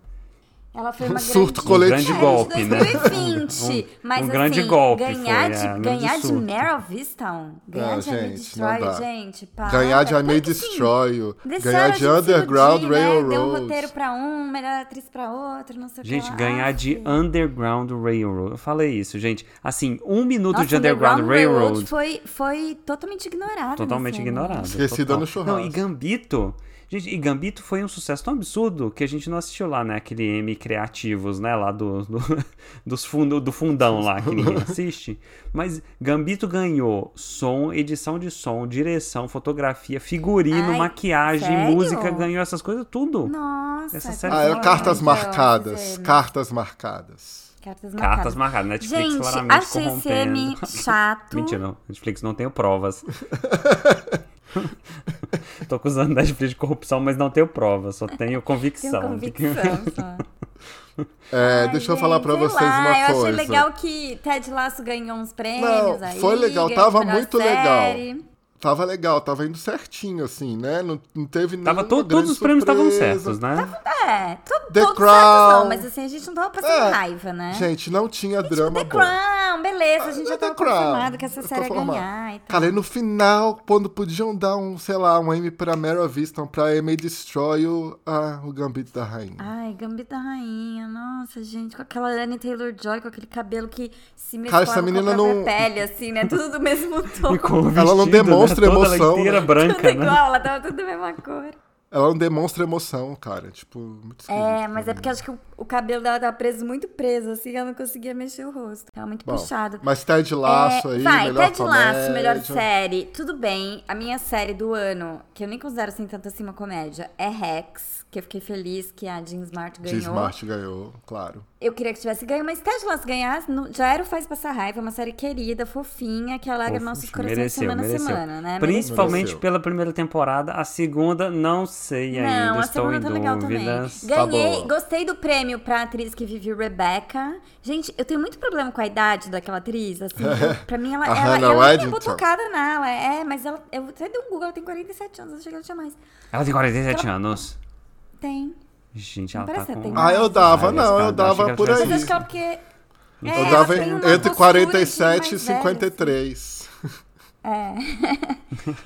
Ela foi uma Um Surto grande... coletivo. É, Um de golpe, né? 2020, Um- mas um grande assim, golpe ganhar foi, de, é, um grande ganhar de surto. Meryl Vistown, ganhar Ah, de I May gente, Destroy, não dá. gente, para. Ganhar de I May Tanto assim, Destroy, You, desse ganhar ano a de gente se Underground iludiu, né? Deu um Railroad. roteiro pra um, melhor atriz pra outro, não sei o que Gente, lá. Ah, ganhar de Underground Railroad. Eu falei isso, gente. Assim, um minuto Nossa, de Underground, Railroad. foi, foi totalmente ignorado. Totalmente ignorado. Esquecida total. no churrasco. Não, e Gambito. Gente, e Gambito foi um sucesso tão absurdo que a gente não assistiu lá, né? Aquele M Criativos, né? Lá do, do- dos fundo, do fundão lá, que ninguém assiste. Mas Gambito ganhou som, edição de som, direção, fotografia, figurino, Ai, maquiagem, sério? música, ganhou essas coisas tudo. Nossa. Essa série que Ah, era legal, cartas então, marcadas. fizemos. Cartas marcadas. Cartas marcadas. Cartas marcadas, Netflix Gente, claramente achei esse M corrompendo. chato. Mentira, não. Netflix não tenho provas. Tô acusando a Netflix de corrupção, mas não tenho provas, só tenho Tenho convicção. de que- convicção só. É, Ai, deixa eu falar gente, pra sei vocês lá, uma eu coisa. achei legal que Ted Lasso ganhou uns prêmios Não, aí. foi legal, ganhou tava de melhor muito série. legal. Tava legal, tava indo certinho, assim, né? Não, não teve Tava nenhuma to- todos grande os prêmios estavam surpresa. certos, né? É, to, The todos Crown. certos não, mas assim, a gente não tava passando É, raiva, né? Gente, é não tinha Tipo, drama The bom. Crown, beleza, a gente já É, The tava Crown. confirmado que essa Eu tô série ia formado. ganhar e tal. Cara, e no final, quando podiam dar um, sei lá, um M pra Mera Viston, pra M Destroy o, ah, o Gambito da Rainha. Ai, Gambita Rainha, nossa, gente, com aquela Anne Taylor-Joy, com aquele cabelo que se Cara, mesclava essa com menina a própria não- pele, assim, né? Tudo do mesmo tom. E com o Ela não vestido, demonstra né? Toda ela emoção, inteira né? Tudo branca, né? igual, ela tava tudo da mesma cor. Ela não demonstra emoção, cara. Tipo, muito esquisito. É, mas um é porque acho que o, o cabelo dela tava preso, muito preso, assim, ela não conseguia mexer o rosto. Tava muito Bom, puxado. Mas Ted Laço É, aí, vai, melhor Ted Laço, comédia. melhor série. Tudo bem, a minha série do ano, que eu nem considero assim tanto assim uma comédia, é Rex, que eu fiquei feliz que a Jean Smart De ganhou. Smart ganhou, claro. Eu queria que tivesse ganho, mas Ted Lasso ganhar não- já era o Faz Passar Raiva, é uma série querida, fofinha, que alaga Poxa, nossos corações mereceu, semana mereceu. a semana, né? Principalmente Mereceu. pela primeira temporada. A segunda, não sei ainda. Não, a estou segunda em tá legal também. dúvidas. Tá Ganhei, boa. gostei do prêmio pra atriz que vive Rebecca. Gente, eu tenho muito problema com a idade daquela atriz, assim. eu- pra mim, ela, A ela, Hannah eu não Waddington. tenho botocada nela. É, mas ela, eu até dei um Google, ela tem 47 anos, eu achei que ela tinha mais. Ela tem 47 anos. Tem. Gente, ela Parece tá que com... tem Ah, eu dava, Ah, não, eu esse cara, dava achei que por ela aí. Mas acho que ela porque... É, Eu ela dava tem uma Então tá entre postura de 47 e mais velha, assim. 53.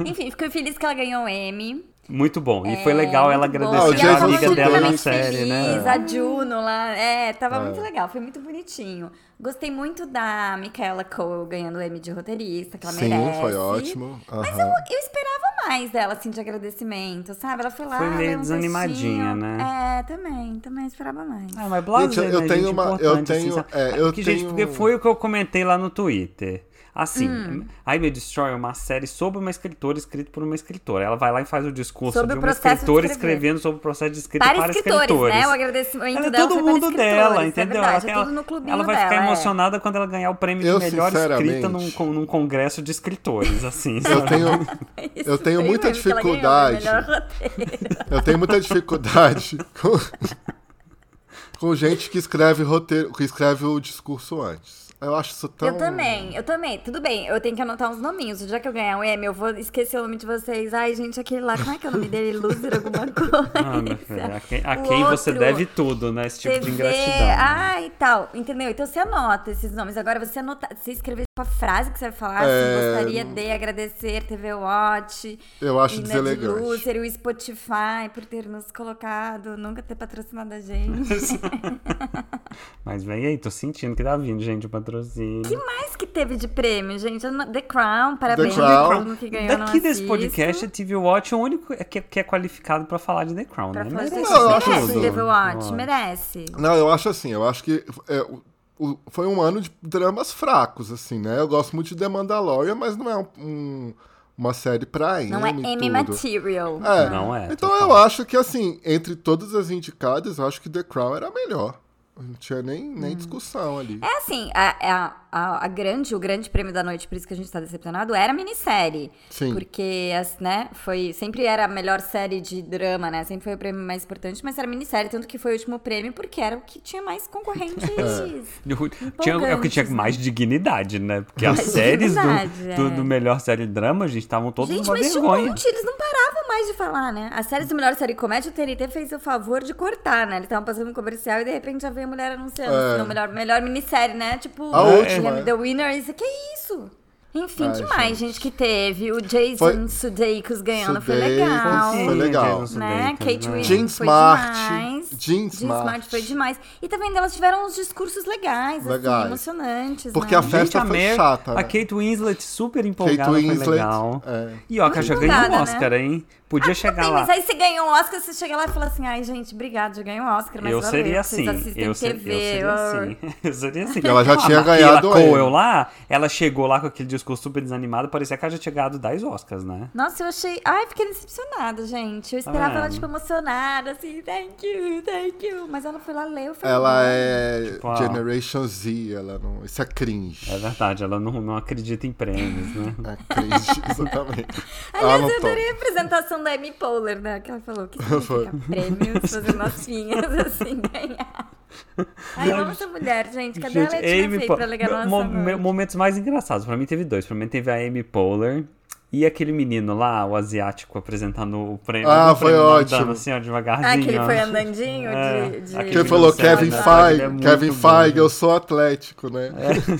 Enfim, fiquei feliz que ela ganhou o M. Muito bom. E foi legal ela É, muito Ah, bom. o agradecer a Jason amiga dela na Sudeikis. série, feliz, né? A Juno lá, é, tava muito legal, foi muito bonitinho. Gostei muito da Michaela Cole ganhando o M de roteirista, que ela Sim, merece. foi ótimo. Mas Aham. eu, eu esperava mais dela, assim, de agradecimento, sabe? Ela foi lá, Foi meio leu um desanimadinha, textinho. né? É, também, também esperava mais. Ah, mas blasé, Gente, eu- eu né, tenho gente, uma- eu importante, assim, tenho- sabe? é, eu Porque, gente, tenho- porque foi o que eu comentei lá no Twitter. Assim, Hum. I May Destroy é uma série sobre uma escritora escrita por uma escritora. Ela vai lá e faz o discurso Sobre de o uma processo de escritora escrever. escrevendo sobre o processo de escrita Para, para, escritores, né? O agradecimento Ela é dela todo foi para mundo escritores, dela, é entendeu? verdade, ela, é tudo no clubinho ela vai dela, ficar é. emocionada quando ela ganhar o prêmio Eu, de melhor escrita num, sinceramente, con- num congresso de escritores, assim. Eu sabe? tenho, Isso, eu tenho foi muita mesmo que ela ganhou, dificuldade. melhor roteiro. eu tenho muita dificuldade com, com gente que escreve roteiro, que escreve o discurso antes. Eu acho isso Então tão. Eu também, eu também. Tudo bem, eu tenho que anotar uns nominhos. Já que eu ganhar um M, eu vou esquecer o nome de vocês. Ai, gente, aquele lá, como é que é o nome dele? Loser alguma coisa. Ah, meu filho, a quem, a é O quem você outro, ah. deve tudo, né? Esse tipo de TV, ingratidão. né? ai e tal, entendeu? Então você anota esses nomes. Agora você anota, você escreve tipo, a frase que você vai falar, assim, É, gostaria não- de agradecer TV Watch. Eu acho e Ned deselegante. Loser, e o Spotify por ter nos colocado, nunca ter patrocinado a gente. Mas vem aí, tô sentindo que tá vindo, gente, o patrocínio. O que mais que teve de prêmio, gente? Eu não- The Crown, The parabéns Crown. a todo mundo que ganhou. não Daqui desse assisto. podcast, a TV Watch é o único que, que é qualificado pra falar de The Crown, Pra né? falar de Merece The eu Crown. acho Merece, assim. Devil Watch, Olha. merece. Não, eu acho assim, eu acho que é, o- o- foi um ano de dramas fracos, assim, né? Eu gosto muito de The Mandalorian, mas não é um- um- uma série pra M. Não é M Material. É. Não é, Então total. eu acho que, assim, entre todas as indicadas, eu acho que The Crown era a melhor. Não tinha nem, nem discussão ali. Hum. É assim, a, a- a- a grande, o grande prêmio da noite, por isso que a gente tá decepcionado, era a minissérie. Sim. Porque, as, né, foi, sempre era a melhor série de drama, né? Sempre foi o prêmio mais importante, mas era a minissérie, tanto que foi o último prêmio, porque era o que tinha mais concorrentes. Tinha, é o que tinha mais dignidade, né? Porque as Mais séries do, dignidade, do, é. do melhor série de drama, gente, estavam todos Gente, uma mas tinha um vergonha. monte, eles não paravam mais de falar, né? As séries do Melhor Série Comédia, o TNT fez o favor de cortar, né? Eles estavam passando um comercial e de repente já veio a mulher anunciando, assim, o melhor, melhor minissérie, né? Tipo, É. A última, The, é. The Winner, isso, que isso? Enfim, Ai, demais, gente. que teve. O Jason Foi- Sudeikis ganhando, foi Sudeikis, legal. Foi legal. Jason Né? Sudeikis, Kate né? Winslet Jean foi Smart, demais. Jean Smart. foi demais. E também elas tiveram uns discursos legais, Legais. assim, emocionantes. Porque né? a festa a foi Mer- chata, né? A Kate Winslet super empolgada, Kate Winslet, foi legal. é. E ó, que já ganhou empolgada, um né? Oscar, hein? Podia chegar Tem, lá. mas aí você ganha um Oscar, você chega lá e fala assim, ai gente, obrigado, já ganhei um Oscar, mas eu valeu, seria assim. vocês assistem Eu, ser- eu TV. seria ó." assim. Eu seria assim. Ela já Ah, tinha mas ganhado Keila Coel ele. lá, ela chegou lá com aquele discurso super desanimado, parecia que ela já tinha ganhado 10 Oscars, né? Nossa, eu achei... Ai, fiquei decepcionada, gente. Eu esperava ela, vendo? tipo, emocionada, assim, thank you, thank you. Mas ela foi lá ler, eu falei... Ela é Tipo, a- Generation Z, ela não. Isso é cringe. É verdade, ela não, não acredita em prêmios, né? É cringe, exatamente. ela Aliás, não eu toma. adorei a apresentação da Amy Poehler, né? Que ela falou que Foi. significa prêmios, fazer nofinhas, assim, ganhar. Ai, eu amo essa mulher, gente. Cadê a Letina Fey Po- pra ligar nossa Mo- voz? me- Momentos mais engraçados. Pra mim teve dois. Pra mim teve a Amy Poehler e aquele menino lá, o asiático, apresentando o prêmio. Ah, o foi prêmio ótimo. andando Assim, ó, devagarzinho. Ah, que ele foi ó. andandinho É, de... de... aquele Quem Ele falou não sabe, Kevin né? Feige, Ele é muito Kevin bom. É. Feige, eu sou atlético, né?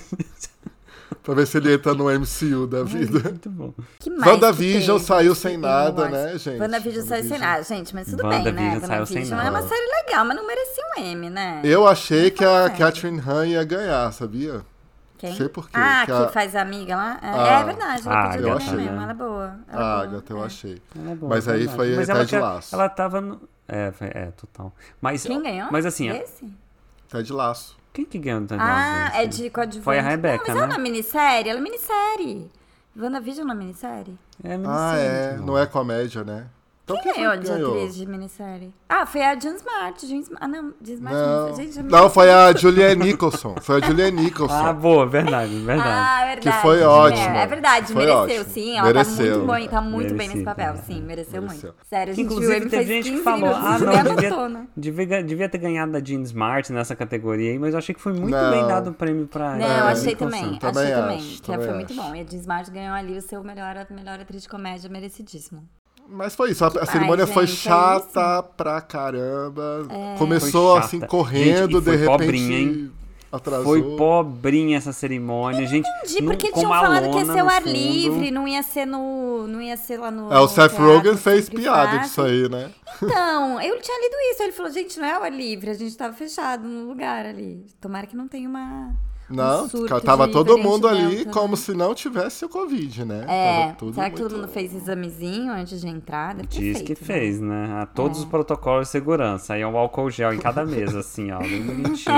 pra ver se ele entra no MCU da vida. Muito bom. Que mais WandaVision que tem? saiu sem Tem nada, Watch. né, gente? WandaVision saiu sem nada, gente, mas tudo bem, né? WandaVision saiu sem WandaVision nada. é uma série legal, mas não merecia um M, né? Eu achei que a Catherine Han ia ganhar, sabia? Quem? sei por quê, Ah, que que, a- faz a amiga lá? É, Ah, é verdade, ah, ela podia eu ganhar achei, mesmo, né? ela é boa. Ela Ah, é boa. Agatha, eu é. achei. Ela é boa, Mas aí verdade. foi Mas ela Ted tinha- Lasso. Ela tava no... É, foi- é, total. Mas, Quem ganhou? Mas assim, ó, Esse? Ted Lasso. quem que ganhou no Ted Ah, Lasso? é de coadjuvante. Foi a Não, Rebecca, mas ela né? não é minissérie? Ela é minissérie. WandaVision não é minissérie? É, minissérie, Ah, é. então. Não é comédia, né? Então Quem é foi ganhou de atriz de minissérie? Ah, foi a Jean Smart. Jean Smart. Ah, não. Jean Smart. Não, Gente, eu me não foi a Julianne Nicholson. Foi a Julianne Nicholson. Ah, boa, verdade, verdade. Ah, verdade. Que foi É, ótimo. É, verdade, Foi mereceu, ótimo. sim. Ela Mereceu. tá muito, bom, tá muito bem nesse Merecido, papel, né? sim, mereceu, Mereceu. muito. Sério, a gente viu Inclusive, ele fez teve gente que 15 falou: minutos, ah, ele não, anotou, né? devia, devia, devia ter ganhado a Jean Smart nessa categoria aí, mas eu achei que foi muito Não. bem dado o prêmio pra. Não, pra achei Nicholson. também, É, Também achei acho, também, que também foi acho. muito bom. E a Jean Smart ganhou ali o seu melhor, a melhor atriz de comédia, merecidíssimo. Mas foi isso. A, a cerimônia gente, foi é isso. É. chata pra caramba. Começou Foi chata. assim, Gente, e correndo, foi de repente. pobrinha, hein? Atrasou. Foi pobrinha essa cerimônia, gente. Entendi, num- porque com tinham uma falado que ia lona ser o no ar fundo. livre, não ia ser no. Não ia ser lá no. É, o no Seth teatro, Rogen fez sempre piada fazem. disso aí, né? Então, eu tinha lido isso. Aí ele falou, gente, não é o ar livre, a gente tava fechado no lugar ali. Tomara que não tenha uma. um Não, surto tava de todo mundo variante ali delta, como né? se não tivesse o Covid, né? É, Tava tudo será que todo muito- mundo fez examezinho antes de entrar? Deve ter Diz que feito, né? É. fez, né? Ah, todos os protocolos de segurança. Aí é um álcool gel em cada mesa, assim, ó. Bem bonitinho.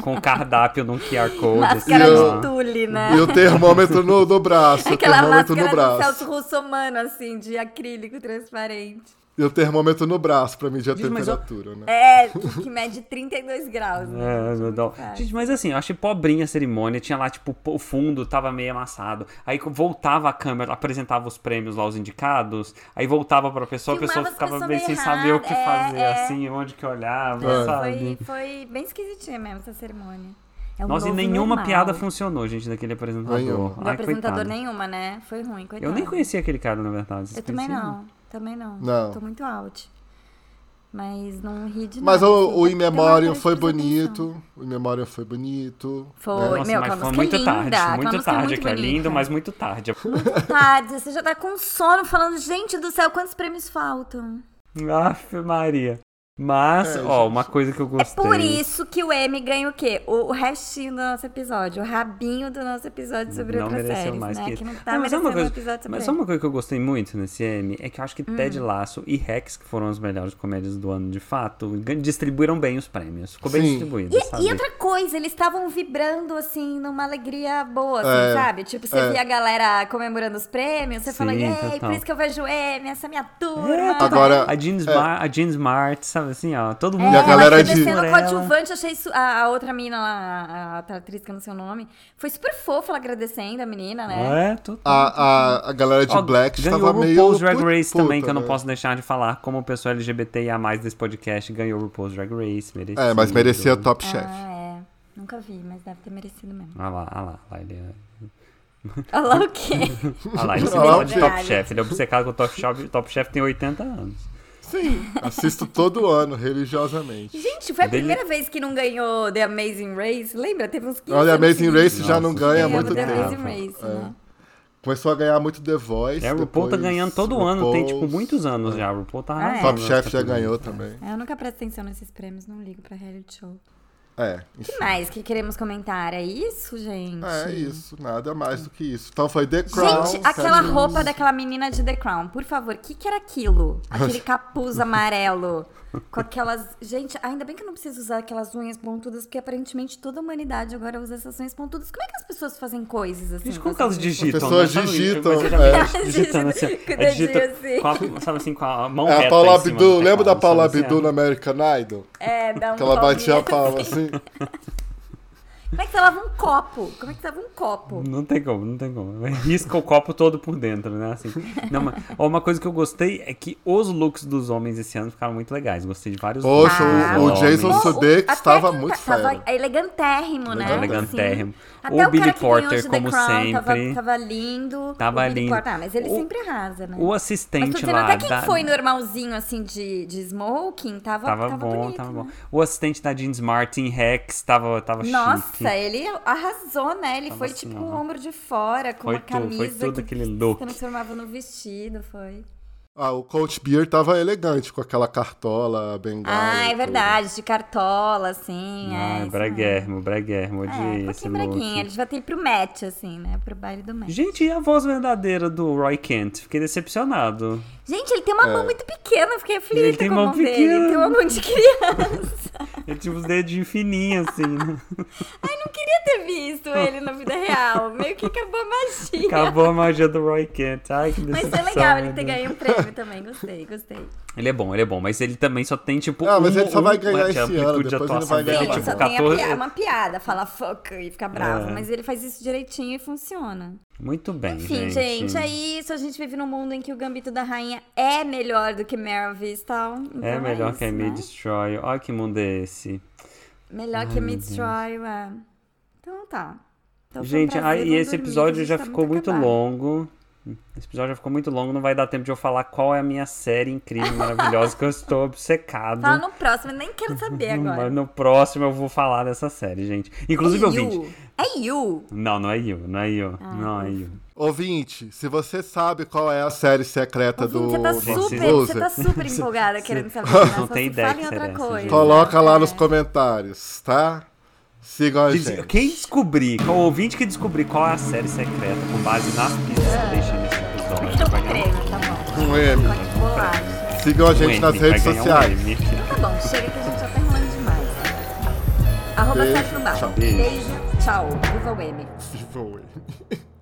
com cardápio num QR Code. Assim, Máscara ó. de tule, né? E o termômetro no, no braço, o Aquela termômetro máscara no do braço. Celso Russomano, assim, de acrílico transparente. E o termômetro no braço pra medir a Gente, mas eu- temperatura, né? É, que que mede 32 graus. né? É, meu Deus. fácil. Gente, mas assim, eu achei pobrinha a cerimônia. Tinha lá, tipo, o fundo tava meio amassado. Aí voltava a câmera, apresentava os prêmios lá, os indicados. Aí voltava pra pessoa, a Filmava pessoa as ficava pessoas meio sem meio saber o que errado, é, fazer, é. assim, onde que olhava, É, sabe? Foi, foi bem esquisitinha mesmo essa cerimônia. É um Nossa, e novo nenhuma normal. piada funcionou, gente, daquele apresentador. Nenhuma. Do Ai, apresentador coitado. nenhuma, né? Foi ruim, coitado. Eu nem conhecia aquele cara, na verdade. vocês Eu também conheciam? não. Também não. Não. Tô muito out. Mas não ri de Mas nada. o, assim, o tá- In tá Memoriam lá, foi presta atenção. bonito. O In Memoriam foi bonito. né? Foi, Nossa, meu, mas aquela foi música muito é linda. aquela tarde, muito música é tarde muito aquilo. É bonita. lindo, mas muito tarde. Tarde, você já tá com sono falando, gente do céu, quantos prêmios faltam? Aff, Maria. Mas, É, ó, gente. uma coisa que eu É gostei. por isso que o M ganha o quê? O, o restinho do nosso episódio, o rabinho do nosso episódio sobre outras séries, né? Que, isso. não tá Não, mas é merecendo uma um episódio sobre Hum. Mas só ele. uma coisa que eu gostei muito nesse M é que eu acho que Ted Lasso e Rex, que foram as melhores comédias do ano de fato, gan- distribuíram bem os prêmios. Ficou bem Sim. distribuído, E, sabe? e outra coisa, eles estavam vibrando, assim, numa alegria boa, assim, É, sabe? Tipo, você é. via a galera comemorando os prêmios, você fala, Sim, ei, total. por isso que eu vejo M, essa minha turma. É, total. Agora- a Jean Smart, a Jean Smart sabe, sabe? Assim, ó, todo mundo. É, E a galera ela foi de- descendo por ela. coadjuvante, achei su- a, a outra mina lá, a, a atriz que eu não sei o nome, foi super fofa ela agradecendo a menina, né? É, tudo. A, a, a galera de Ó, Black ganhou tava o meio. RuPaul's Drag put- Race puta, também, que eu não né? posso deixar de falar. Como pessoa LGBTIA+, desse podcast, ganhou o RuPaul's Drag Race, merecido. É, mas merecia Top Chef. Ah, é. Nunca vi, mas deve ter merecido mesmo. Olha Ah lá, olha lá, lá ele... Olha lá o quê? Olha lá, ele se Olha Ah lá, fala de gente. Top Chef. Ele é obcecado com o Top Chef, Top Chef tem 80 anos. Sim, assisto todo ano, religiosamente. Gente, foi a Dele- primeira vez que não ganhou The Amazing Race. Lembra? Teve uns 15 Olha, anos Amazing seguidos. Race já não Nossa, ganha há é Ganhava muito The tempo. É. Amazing tempo. Race, né? Começou a ganhar muito The Voice. É, o RuPaul tá depois ganhando todo ano, tem tipo RuPaul's. muitos anos já. O RuPaul tá Ah, é? arrasando. Top nas Chef já categorias. ganhou também. Eu nunca presto atenção nesses prêmios, não ligo pra reality show. É, enfim. que mais que queremos comentar? É isso, gente? É isso, nada mais do que isso. Então foi The Crown. Gente, aquela Seven roupa Rings. daquela menina de The Crown, por favor, o que, que era aquilo? Aquele capuz amarelo. Com aquelas. Gente, ainda bem que eu não preciso usar aquelas unhas pontudas, porque aparentemente toda a humanidade agora usa essas unhas pontudas. Como é que as pessoas fazem coisas assim? Gente, como que com essas elas unhas digitam? pessoas digitam, né? Sabe, mas eu já vi é. elas digitando assim. Com o é, digita dedinho com a, sabe assim, com a mão É reta a em Paula cima do Abdul, lembra da teclado, Paula sabe assim, Abdul ó. no American Idol? É, dá um Que ela batia a palmito, palma assim. assim. Como é que você lava um copo? Como é que você lava um copo? Não tem como, não tem como. Risca o copo todo por dentro, né? Assim. Não, mas, ó, uma coisa que eu gostei é que os looks dos homens esse ano ficaram muito legais. Gostei de vários Poxa, looks. Ah, o, o dos Jason homens. Bom, o- Sudeikis até estava quem muito tá- tava sério. elegantérrimo, né? Tava elegantérrimo. Assim. O Até o, Billy cara que ganhou Porter, de The como Crown, tava- sempre. Tava, lindo. Tava o Billy lindo. Porter- ah, mas ele O- sempre arrasa, né? O mas tô assistente dizendo, lá. até quem da- foi normalzinho, assim, de, de smoking, tava, Tava, tava, bom, bonito, tava né? bom. O assistente da Jeans Martin Rex tava, tava chique. Nossa, ele arrasou, né? Ele Tava foi, assim, tipo, ó. o ombro de fora, com Foi uma tudo, foi camisa tudo que aquele se look. transformava no vestido, foi. Ah, o Coach Beer estava elegante com aquela cartola bengala. e Ah, é tudo. verdade, de cartola, assim, é. Ah, isso Breguermo, Breguermo, mesmo. odiei É, um esse pouquinho look. breguinha, ele devia ter ido pro match, assim, né? Pro baile do match. Gente, e a voz verdadeira do Roy Kent? Fiquei decepcionado. Gente, ele tem uma mão muito pequena, eu fiquei aflita É. Ele tem com a mão mão dele. pequena. Ele tem uma mão de criança. Ele tinha os dedinhos fininhos, assim, né? Ai, não queria ter visto ele na vida real. Meio que acabou a magia. Acabou a magia do Roy Kent. Ai, que Mas decepção. foi legal ele meu ter Deus. ganho um prêmio também. Gostei, gostei. Ele é bom, ele é bom, mas ele também só tem, tipo, Ah, mas um- ele só um- vai ganhar uma esse ano, amplitude de depois ele atuação vai Sim, ganhar dele, mais. ele tipo, só tem é a 14... pia- uma piada, fala fuck e fica bravo. É. Mas ele faz isso direitinho e funciona. Muito bem, Enfim, gente, é isso. A gente vive num mundo em que o Gambito da Rainha é melhor do que Meryl Vistal. Então É melhor isso, que a né? Me Destroy. Olha que mundo é esse. Melhor que Me Destroy, é. Então tá. Então foi um gente, prazer, ai, e vão dormir, esse que a episódio gente já tá ficou muito acabado. longo. Esse episódio já ficou muito longo, não vai dar tempo de eu falar qual é a minha série incrível, maravilhosa, que eu estou obcecado. Fala no próximo, eu nem quero Uhum. saber agora. Mas no próximo eu vou falar dessa série, gente. Inclusive, é Ah, ouvinte. you. É you. Não, não é You, não é You. não é You. Ouvinte, se você sabe qual é a série secreta Ouvinte, do você tá do super, Loser, você tá super empolgada querendo saber. né? Só não tem se ideia Fala que em será outra essa, coisa. gente. coloca lá É. nos comentários, tá? Sigam a Diz- gente. Quem descobrir, qual o ouvinte que descobrir qual é a série secreta com base nas pistas que eu deixei nesse episódio, Então, vai creme, ganhar tá bom. Um M. Vai, Bolacha. Sigam a gente um nas M, redes vai ganhar um sociais. M. Tá bom, chega que a gente já tá enrolando demais. Arroba Beijo, Sérgio Bar. tchau. Beijo, tchau. Viva o M. Viva o M.